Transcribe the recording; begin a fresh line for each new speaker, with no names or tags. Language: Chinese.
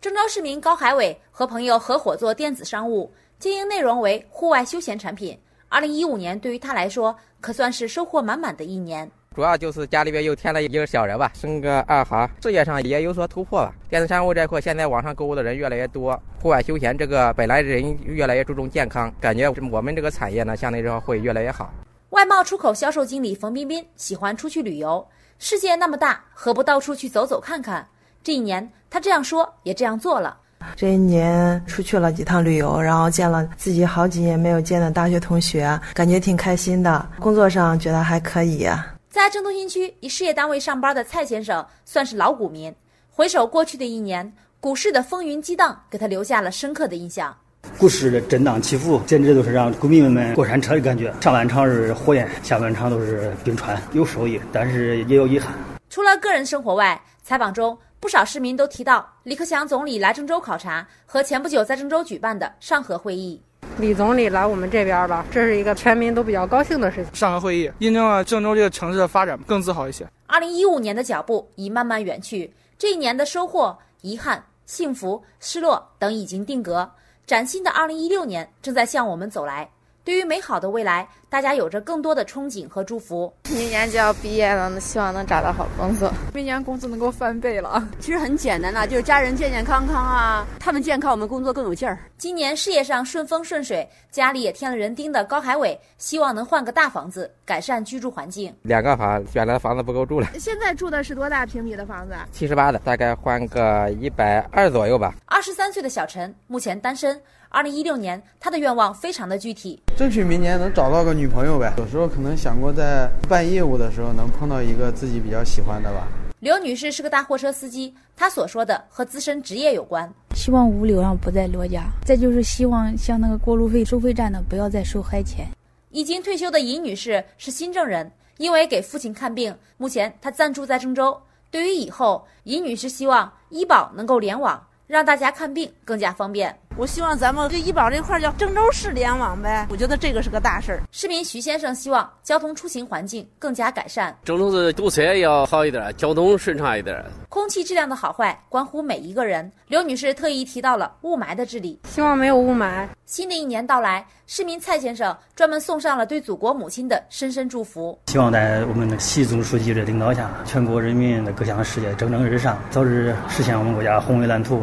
郑州市民高海伟和朋友合伙做电子商务，经营内容为户外休闲产品。二零一五年对于他来说，可算是收获满满的一年。
主要就是家里边又添了一个小人吧，生个二孩，事业上也有所突破吧。电子商务这块，现在网上购物的人越来越多，户外休闲这个本来人越来越注重健康，感觉我们这个产业呢，相对之后会越来越好。
外贸出口销售经理冯彬彬喜欢出去旅游，世界那么大，何不到处去走走看看？这一年，他这样说，也这样做了。
这一年出去了几趟旅游，然后见了自己好几年没有见的大学同学，感觉挺开心的。工作上觉得还可以、啊。
在郑东新区一事业单位上班的蔡先生算是老股民，回首过去的一年，股市的风云激荡给他留下了深刻的印象。
股市的震荡起伏，简直都是让股民们过山车的感觉。上半场是火焰，下半场都是冰川，有收益，但是也有遗憾。
除了个人生活外，采访中。不少市民都提到李克强总理来郑州考察和前不久在郑州举办的上合会议。
李总理来我们这边吧，这是一个全民都比较高兴的事情。
上合会议印证了郑州这个城市的发展更自豪一些。
二零一五年的脚步已慢慢远去，这一年的收获、遗憾、幸福、失落等已经定格。崭新的二零一六年正在向我们走来。对于美好的未来，大家有着更多的憧憬和祝福。
明年就要毕业了，希望能找到好工作。
明年工资能够翻倍了。
其实很简单呐、啊，就是家人健健康康啊，他们健康，我们工作更有劲儿。
今年事业上顺风顺水，家里也添了人丁的高海伟，希望能换个大房子，改善居住环境。
两个房，原来房子不够住了。
现在住的是多大平米的房子？啊
七十八的，大概换个一百二左右吧。
二十三岁的小陈目前单身。二零一六年，他的愿望非常的具体，
争取明年能找到个女朋友呗。有时候可能想过在办业务的时候能碰到一个自己比较喜欢的吧。
刘女士是个大货车司机，她所说的和自身职业有关。
希望无流量不再落家，再就是希望像那个过路费收费站的不要再收嗨钱。
已经退休的尹女士是新郑人，因为给父亲看病，目前她暂住在郑州。对于以后，尹女士希望医保能够联网，让大家看病更加方便。
我希望咱们这医保这块叫郑州市联网呗，我觉得这个是个大事儿。
市民徐先生希望交通出行环境更加改善，
郑州市堵车要好一点，交通顺畅一点。
空气质量的好坏关乎每一个人。刘女士特意提到了雾霾的治理，
希望没有雾霾。
新的一年到来，市民蔡先生专门送上了对祖国母亲的深深祝福，
希望在我们的习总书记的领导下，全国人民的各项事业蒸蒸日上，早日实现我们国家宏伟蓝图。